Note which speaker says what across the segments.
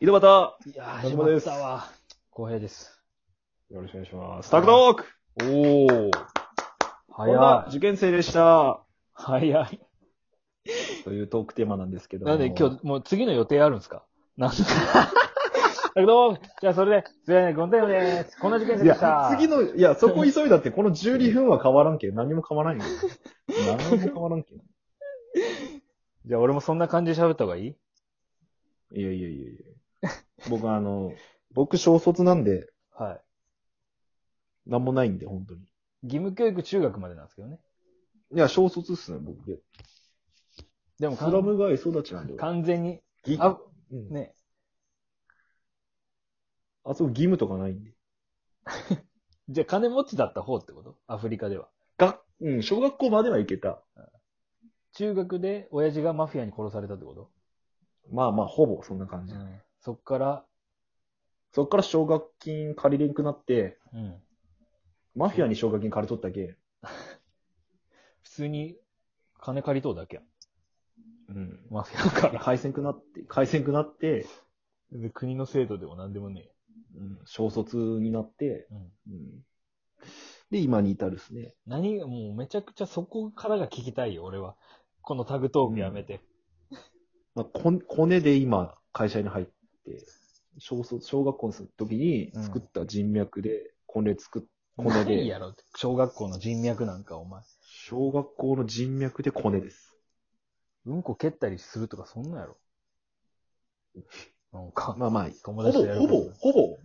Speaker 1: 井戸端、
Speaker 2: いや
Speaker 1: ど
Speaker 2: ー、
Speaker 1: う
Speaker 2: し
Speaker 1: も
Speaker 2: ま
Speaker 1: で
Speaker 2: っ
Speaker 1: す
Speaker 2: たわ。公平です。
Speaker 1: よろしくお願いします。タクトーク
Speaker 2: おー。
Speaker 1: こんな
Speaker 2: 早い。
Speaker 1: 受験生でした。
Speaker 2: 早い。
Speaker 1: というトークテーマなんですけども。
Speaker 2: なんで今日、もう次の予定あるんですかなんでだけ ど、じゃあそれで、ずれないゴンタイムでーす。こんな受験生
Speaker 1: い
Speaker 2: でした
Speaker 1: や、。次の、いや、そこ急いだって、この12分は変わらんけん。 何も変わらんよ。何も変わらんけん。
Speaker 2: じゃあ俺もそんな感じで喋った方がいい
Speaker 1: いやいやいやいや。僕あの、僕小卒なんで、
Speaker 2: はい。
Speaker 1: なんもないんで、本当に。
Speaker 2: 義務教育中学までなんですけどね。
Speaker 1: いや、小卒っすね、僕で。
Speaker 2: でも
Speaker 1: スラ
Speaker 2: 完
Speaker 1: ム街育ちなんで。
Speaker 2: 完全に、
Speaker 1: ぎ
Speaker 2: あ、
Speaker 1: うん
Speaker 2: ね、
Speaker 1: あそこ義務とかないんで。
Speaker 2: じゃあ金持ちだった方ってことアフリカでは。
Speaker 1: が、うん、小学校までは行けた。
Speaker 2: 中学で親父がマフィアに殺されたってこと、
Speaker 1: まあまあ、ほぼそんな感じ。
Speaker 2: そっから、
Speaker 1: そっから奨学金借りれんくなって、
Speaker 2: うん。
Speaker 1: マフィアに奨学金借りとったけ。
Speaker 2: 普通に金借りとうだけやん。
Speaker 1: うん。
Speaker 2: マフィアから。
Speaker 1: 返せんくなって、返せんくなって、
Speaker 2: で国の制度でも何でもね
Speaker 1: うん、小卒になって、
Speaker 2: え。うん。
Speaker 1: うん。で、今に至るっすね。
Speaker 2: 何が、もうめちゃくちゃそこからが聞きたいよ、俺は。このタグトークやめて。
Speaker 1: まあ、こ、コネで今、会社に入って、小卒、小学校の時に作った人脈で、コネ作っ、コネ
Speaker 2: 何
Speaker 1: で、
Speaker 2: やろ、小学校の人脈なんか、お前。
Speaker 1: 小学校の人脈でコネです。
Speaker 2: うんこ蹴ったりするとか、そんなんやろ。なんか、
Speaker 1: まあまあ、
Speaker 2: 友
Speaker 1: ほ
Speaker 2: 達
Speaker 1: ぼ
Speaker 2: とや、る
Speaker 1: ほぼ
Speaker 2: こ、
Speaker 1: ほぼ、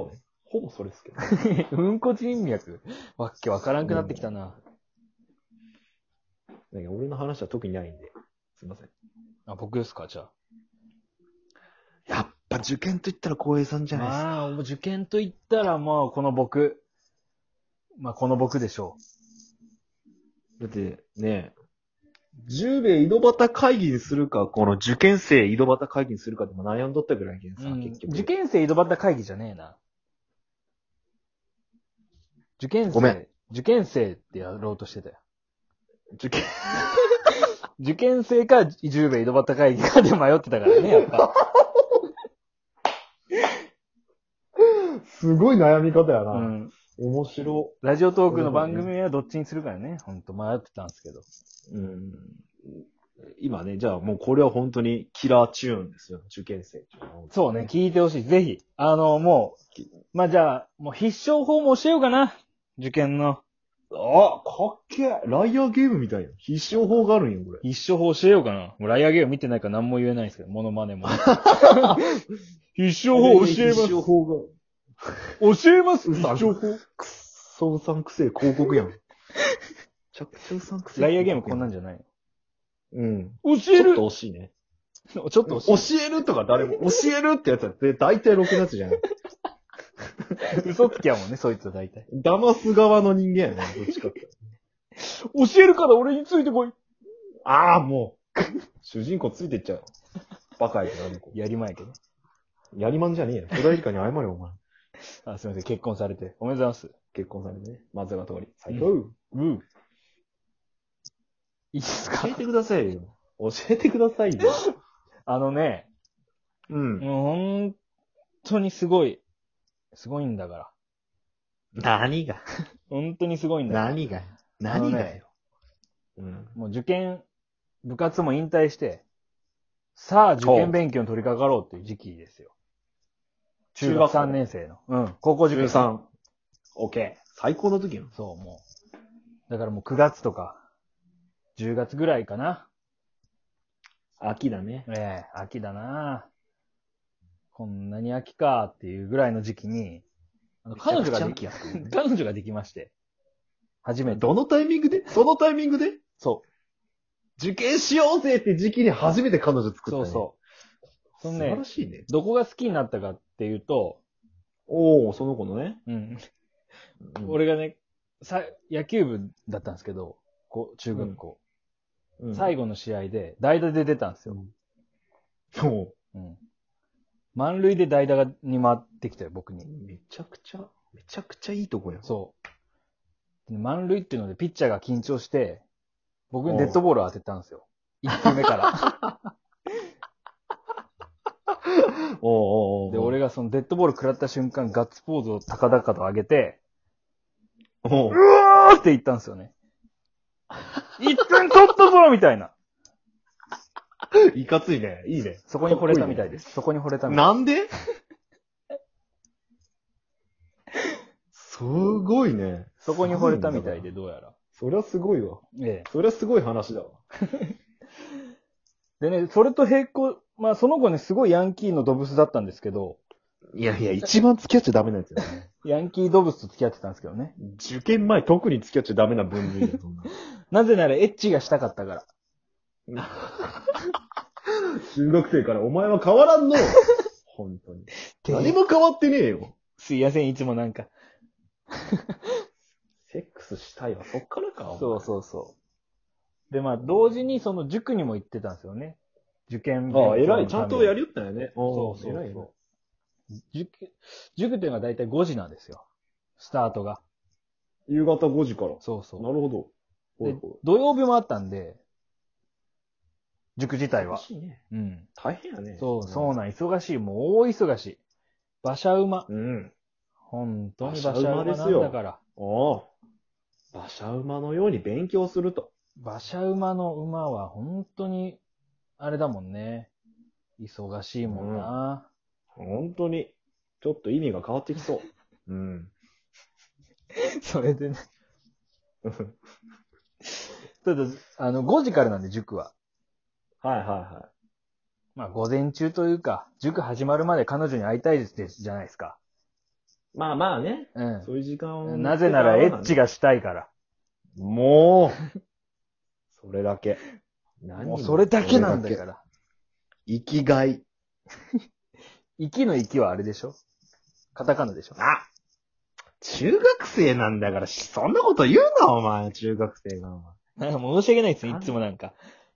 Speaker 1: ほぼね。ほぼそれっすけど。
Speaker 2: と うんこ人脈。わっけわからんくなってきたな。
Speaker 1: だけど俺の話は特にないんで、すいません。
Speaker 2: あ、僕ですか、じゃあ。
Speaker 1: やっぱ受験と言ったら光栄さんじゃないですか。
Speaker 2: まあ、受験と言ったら、まあ、この僕。まあ、この僕でしょ
Speaker 1: だってね、10名井戸端会議にするか、この受験生井戸端会議にするかでも悩んどったぐらいやけん
Speaker 2: う。
Speaker 1: さ、
Speaker 2: うん
Speaker 1: 結局。
Speaker 2: 受験生井戸端会議じゃねえな。受験生、
Speaker 1: ごめん
Speaker 2: 受験生ってやろうとしてたよ。
Speaker 1: 受験、
Speaker 2: 受験生か10名井戸端会議かで迷ってたからね、やっ ぱ。
Speaker 1: すごい悩み方やな。
Speaker 2: うん。
Speaker 1: 面白。
Speaker 2: ラジオトークの番組はどっちにするかね、 ほんと迷ってたんですけど。
Speaker 1: うん。今ね、じゃあもうこれは本当にキラーチューンですよ、受験生っていうのは
Speaker 2: そうね、。聞いてほしい。ぜひ。あの、もう、まあ、じゃあ、もう必勝法も教えようかな。受験の。
Speaker 1: あ、かっけえライアーゲームみたいな。必勝法があるんよ、これ。
Speaker 2: 必勝法教えようかな。もうライアーゲーム見てないから何も言えないんですけど、モノマ ネも。必勝法教え
Speaker 1: 必勝法が。
Speaker 2: ます。教えます必
Speaker 1: 嘘
Speaker 2: 勝法。
Speaker 1: くっそうさんくせえ広 告やん。めちゃくちゃうさんくせえ。
Speaker 2: ライアーゲームこんなんじゃない
Speaker 1: うん。
Speaker 2: 教
Speaker 1: ち
Speaker 2: え
Speaker 1: ょっ
Speaker 2: る
Speaker 1: と惜しいね。
Speaker 2: ちょっと教
Speaker 1: 教えるとか誰も、教えるってやつだって大体ろくなやつじゃない。
Speaker 2: える嘘つきやもんね、そいつは大体。
Speaker 1: 騙す側の人間やね、どっちかって。
Speaker 2: 教えるから俺についてこい。
Speaker 1: ああ、もう。主人公ついてっちゃう。バカやけど、あの子。
Speaker 2: やりまやけど。
Speaker 1: やりまんじゃねえよ。古田理香に謝れよ、お前。
Speaker 2: あ、すみません、結婚されて。おめでとうござい
Speaker 1: 結婚されてね。松坂通り。最
Speaker 2: 最
Speaker 1: 高
Speaker 2: 高。
Speaker 1: うん。教
Speaker 2: ます。いいっすか
Speaker 1: えてくださいよ。教えてくださいよ。
Speaker 2: あのね、
Speaker 1: うん。
Speaker 2: もう本当にすごい、すごいんだから。
Speaker 1: 何が
Speaker 2: 本当にすごいんだから。
Speaker 1: 何が
Speaker 2: 何がよ。
Speaker 1: うん。
Speaker 2: もう受験、部活も引退して、さあ受験勉強に取り掛かろうっていう時期ですよ。中学3年生の。うん。高校受験。
Speaker 1: 13。OK。最高の時やん。
Speaker 2: そう、もう。だからもう9月とか、10月ぐらいかな。
Speaker 1: 秋だね。
Speaker 2: ええ秋だなぁこんなに秋かっていうぐらいの時期に、あの彼女ができ、
Speaker 1: めちゃくちゃ秋やったよね
Speaker 2: 彼女ができまして。初めて。
Speaker 1: どのタイミングでそのタイミングで
Speaker 2: そ
Speaker 1: 受験しようぜって時期に初めて彼女作った、
Speaker 2: う。
Speaker 1: ね。
Speaker 2: そうそう。その
Speaker 1: 素晴
Speaker 2: ね
Speaker 1: ら、しいね。
Speaker 2: どこが好きになったかっていうと、
Speaker 1: おおその子のね。
Speaker 2: うん。
Speaker 1: うん、
Speaker 2: 俺がね、さ、野球部だったんですけど、こう中学校、
Speaker 1: うん、
Speaker 2: 最
Speaker 1: 後
Speaker 2: 後の試合で代打で出たんですよ。
Speaker 1: そ
Speaker 2: うん。満塁で代打がに回ってきたよ、僕に
Speaker 1: う。。めちゃくちゃ、めちゃくちゃいいとこやん。
Speaker 2: そう。で満塁っていうので、ピッチャーが緊張して、僕にデッドボールを当てたんですよ。1球目から。
Speaker 1: おうおうおう
Speaker 2: で、俺がそのデッドボール食らった瞬間、ガッツポーズを高々と上げて、
Speaker 1: おう
Speaker 2: うわーって言ったんですよね。一点取ったぞみたいな。
Speaker 1: いかついね。いいね。
Speaker 2: そこに惚れたみたいです。そこに惚れたみたい
Speaker 1: なん ですごいね。
Speaker 2: そこに惚れたみたいで、どうやら。
Speaker 1: そりゃすごいわ。
Speaker 2: ええ。
Speaker 1: そりゃすごい話だわ。
Speaker 2: でね、それと並行、まあその後ね、すごいヤンキーのドブスだったんですけど、
Speaker 1: いやいや、一番付き合っちゃダメなやつよ、ね。
Speaker 2: ヤンキードブスと付き合ってたんですけどね。
Speaker 1: 受験前特に付き合っちゃダメな分類だ よ、そんなの。
Speaker 2: なぜならエッチがしたかったから。
Speaker 1: 中学生からお前は変わらんの 本当に。何も変わってねえよ。
Speaker 2: すいません、いつもなんか。
Speaker 1: セックスしたいはそっからか。
Speaker 2: そうそうそう。で、まあ、同時にその塾にも行ってたんですよね。受験勉強の
Speaker 1: あ
Speaker 2: た
Speaker 1: あ、
Speaker 2: めに
Speaker 1: 偉い。ちゃんとやりよったよね。
Speaker 2: そうそう
Speaker 1: 偉い
Speaker 2: そう。塾、塾っていうのはだいたい5時なんですよ。スタートが。
Speaker 1: 夕方5時から。
Speaker 2: そうそ
Speaker 1: なるほど。
Speaker 2: う。
Speaker 1: ほい
Speaker 2: で
Speaker 1: ほい、
Speaker 2: 土曜日もあったんで、塾自体は
Speaker 1: 忙。しいね
Speaker 2: うん。
Speaker 1: 大変やね。
Speaker 2: そう、そうなん、忙しい。もう大忙しい。馬車馬。
Speaker 1: うん。
Speaker 2: 本当に馬
Speaker 1: 馬
Speaker 2: 車
Speaker 1: 車
Speaker 2: 馬
Speaker 1: 馬です
Speaker 2: な
Speaker 1: よ
Speaker 2: んだから。
Speaker 1: ああ。馬車馬のように勉強すると。
Speaker 2: 馬車馬の馬は本当に、あれだもんね。忙しいもんな。
Speaker 1: 本当に、ちょっと意味が変わってき そう。うん。
Speaker 2: それでね。ただ、あの、5時からなんで、塾は。
Speaker 1: はいはいは
Speaker 2: まあ、午前中というか、塾始まるまで彼女に会いたいですじゃないですか。
Speaker 1: い。まあまあね。
Speaker 2: う
Speaker 1: そういう時間を。
Speaker 2: ん。なぜなら、エッチ
Speaker 1: が。
Speaker 2: がしたいから。
Speaker 1: もう、それだけ。
Speaker 2: もう、それだけなんだか
Speaker 1: それだ
Speaker 2: ら。
Speaker 1: け。生きがい。
Speaker 2: 息の息はあれでしょカタカナでしょ
Speaker 1: あ中学生なんだから、そんなこと言うな、お前、中学生が。お前
Speaker 2: なんか申し訳ないですね、いつもなんか。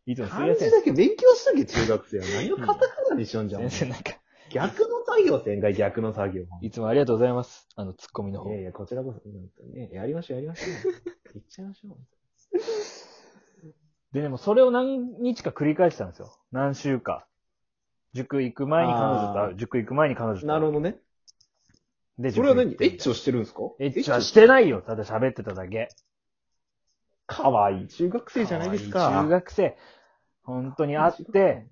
Speaker 2: いつもすいま
Speaker 1: 漢
Speaker 2: せ
Speaker 1: 字
Speaker 2: ん。
Speaker 1: だけ勉強しとけ、中学生は。何をカタカナにしよんじゃん。お
Speaker 2: 先
Speaker 1: 前
Speaker 2: 生なんか、
Speaker 1: 逆の作業せんかい、逆の作業。
Speaker 2: いつもありがとうございます。あの、ツッコミの
Speaker 1: い
Speaker 2: 方
Speaker 1: や。いや、こちらこそ、本当にね、やりましょう、やりましょう。 行っちゃいましょう。
Speaker 2: で、でもそれを何日か繰り返したんですよ。何週か。塾行く前に彼女と会
Speaker 1: あ
Speaker 2: う。塾行く前に彼女と会う。
Speaker 1: なるほどね。
Speaker 2: で、
Speaker 1: それは何
Speaker 2: 塾行
Speaker 1: エ
Speaker 2: って
Speaker 1: ッチをしてるんですか
Speaker 2: エッチはしてないよ。ただ喋ってただけ。
Speaker 1: かわいい。中学生じゃないですか。
Speaker 2: 中学生。本当に会って、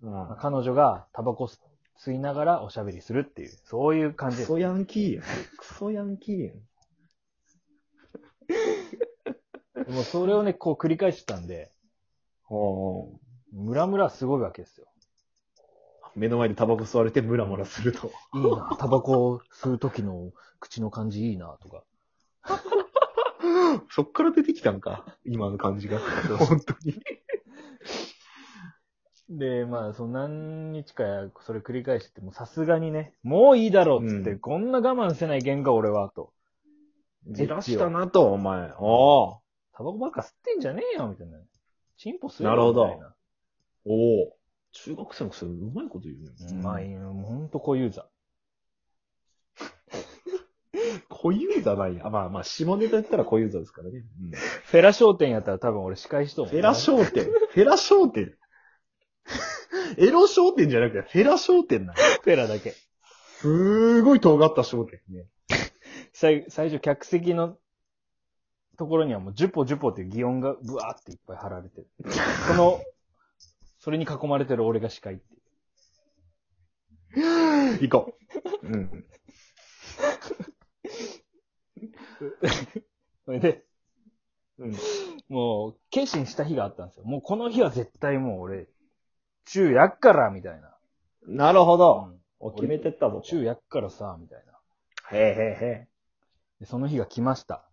Speaker 2: まあ
Speaker 1: あ
Speaker 2: 彼女がタバコ吸いながらおしゃべりするっていう、そういう
Speaker 1: あ
Speaker 2: 感じ
Speaker 1: ク
Speaker 2: です
Speaker 1: ソ。ヤンキーやん。クソヤンキーやん。
Speaker 2: もうそれをね、こう繰り返してたんで、
Speaker 1: お
Speaker 2: ムラムラすごいわけですよ。
Speaker 1: 目の前でタバコ吸われてムラムラすると。
Speaker 2: いいな、 タバコを吸う時の口の感じいいな、とか。
Speaker 1: そっから出てきたんか。今の感じが。 本当に。
Speaker 2: で、まあ、その何日かやそれ繰り返してて、もうさすがにね、もういいだろうっつって、
Speaker 1: うん
Speaker 2: こんな我慢せない喧嘩俺は、と。
Speaker 1: じらしたなと、お前。お
Speaker 2: タバコばっか吸ってんじゃねえよ、みたいな。チンポ吸えよ
Speaker 1: なるほど
Speaker 2: みたいな。
Speaker 1: おお中学生のくせにうまいこと言う
Speaker 2: う
Speaker 1: ね。
Speaker 2: まい。の、もうほんと小遊三。
Speaker 1: 小遊三ないや。まあまあ、下ネタ言ったら小遊三ですからね。うん
Speaker 2: フェラ商店やったら多分俺司会しとうもん
Speaker 1: フ
Speaker 2: ね、
Speaker 1: ェラ商店。フェラ商店。 エロ商店じゃなくて、フェラ商店なの。
Speaker 2: フェラだけ。
Speaker 1: すーごい尖った商店ね。
Speaker 2: 最最初、客席のところにはもう、ジュポジュポっていう擬音がブワーっていっぱい貼られてる。その、 それに囲まれてる俺が司会っていう。
Speaker 1: 行こう。うん。
Speaker 2: それで、
Speaker 1: うん。
Speaker 2: もう、決心した日があったんですよ。もうこの日は絶対もう俺、中やっから、みたいな。
Speaker 1: なるほど。
Speaker 2: ん
Speaker 1: お決めてったぞ。
Speaker 2: 中やっからさ、みたいな。
Speaker 1: へえへえへえ。
Speaker 2: でその日が来ました。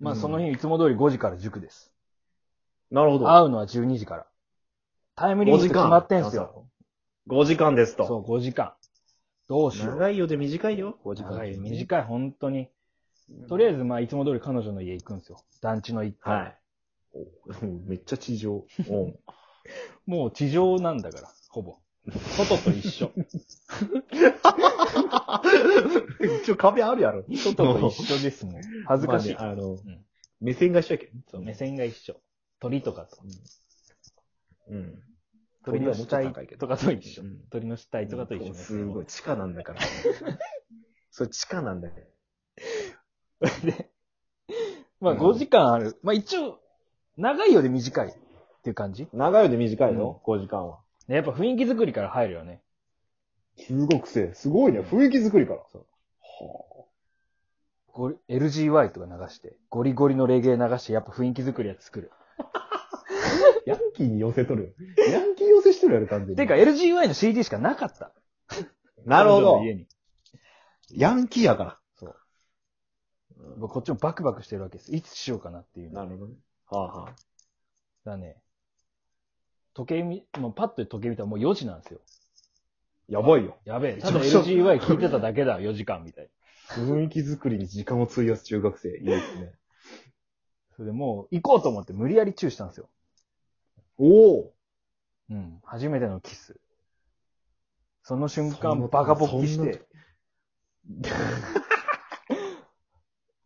Speaker 2: まあ、
Speaker 1: うん
Speaker 2: その日、いつも通り5時から塾です。
Speaker 1: なるほど。
Speaker 2: 会うのは12時から。タイムリミット決まってんすよ。
Speaker 1: 5時間です
Speaker 2: そ
Speaker 1: と。
Speaker 2: う、5時間。どうしよう。
Speaker 1: 長いようで短いよ。5時間。
Speaker 2: 長い短い、本当に。とりあえず、まあ、いつも通り彼女の家行くんですよ。団地の一階。
Speaker 1: はい。おめっちゃ地 上。うん
Speaker 2: もう地上なんだから、ほぼ。外と 一緒。
Speaker 1: 一応壁あるやろ。
Speaker 2: 外と一緒ですもん。恥ずかしい。
Speaker 1: まあねあの
Speaker 2: ん、
Speaker 1: 目線が一緒やけん。
Speaker 2: そう目線が一緒。鳥とかと。
Speaker 1: うん。
Speaker 2: 鳥の死体
Speaker 1: 鳥はもうちょっ
Speaker 2: とかと一緒。
Speaker 1: うん
Speaker 2: 鳥の死体とかと一緒
Speaker 1: う
Speaker 2: ね。
Speaker 1: んすごい、地下なんだ から。それ地下なんだけど。
Speaker 2: で、まあ
Speaker 1: うん
Speaker 2: 5時間ある。まあ一応、長いより短いっていう感じ。
Speaker 1: 長いで短
Speaker 2: いの、
Speaker 1: ?5 時間は。
Speaker 2: ね、やっぱ雰囲気作りから入るよね。
Speaker 1: 中国生。すごいね。
Speaker 2: うん
Speaker 1: 雰囲気作りから。
Speaker 2: そう
Speaker 1: は
Speaker 2: ゴリ LGY とか流して、ゴリゴリのレゲエ流して、やっぱ雰囲気作りは作る。
Speaker 1: あ、ヤンキーに寄せとる。ヤンキー寄せしてるやろ、完全に。
Speaker 2: てか、LGY の CD しかなかった。
Speaker 1: なるほ
Speaker 2: 彼女
Speaker 1: ど
Speaker 2: の。家に
Speaker 1: ヤンキーやから。そう。
Speaker 2: もうこっちもバクバクしてるわけです。いつしようかなっていうの。
Speaker 1: なるほどね。はあ、はあ、
Speaker 2: だね。時計み、もうパッと時計見たらもう4時なんですよ。
Speaker 1: やばいよ。
Speaker 2: やべえ。ただ
Speaker 1: ちょちょ
Speaker 2: LGY 聞いてただけだ、4時間みたいな。
Speaker 1: 雰囲気作りに時間を費やす中学生。いいですね。
Speaker 2: それでもう行こうと思って無理やりチューしたんですよ。
Speaker 1: おお
Speaker 2: うん。初めてのキス。その瞬
Speaker 1: そんな
Speaker 2: 間、バカ勃起し
Speaker 1: そんな
Speaker 2: て。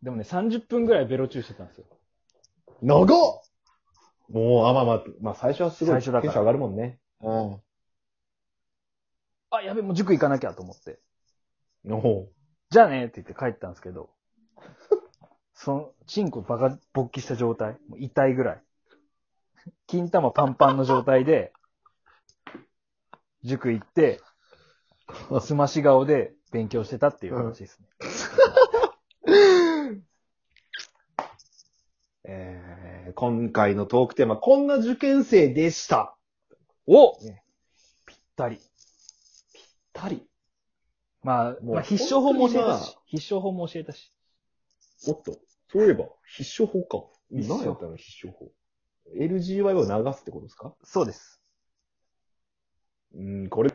Speaker 2: でもね、30分ぐらいベロチューしてたんですよ。
Speaker 1: 長っもう、あ、まあまあ、まあ最初はすごい。
Speaker 2: 最初だから
Speaker 1: テンション上がるもんね。うん。
Speaker 2: あ、やべえ、もう塾行かなきゃと思って。
Speaker 1: の
Speaker 2: じゃあねって言って帰ったんですけ ど、その、チンコバカ勃起した状態、もう痛いぐらい。金玉パンパンの状態で、塾 行って、すまし顔で勉強してたっていう話ですね。
Speaker 1: えー、今回のトークテーマ、こんな受験生でした。
Speaker 2: お
Speaker 1: ね
Speaker 2: ぴったり。
Speaker 1: たり。
Speaker 2: まあ、
Speaker 1: もう
Speaker 2: まあ、必勝法も教えた
Speaker 1: 本当に
Speaker 2: し、必勝法も教えたし。
Speaker 1: おっと、そういえば、必勝法か。
Speaker 2: 必
Speaker 1: 何
Speaker 2: 勝
Speaker 1: やったの必勝法。LGY を流すってことですか
Speaker 2: そうです。
Speaker 1: うん、これ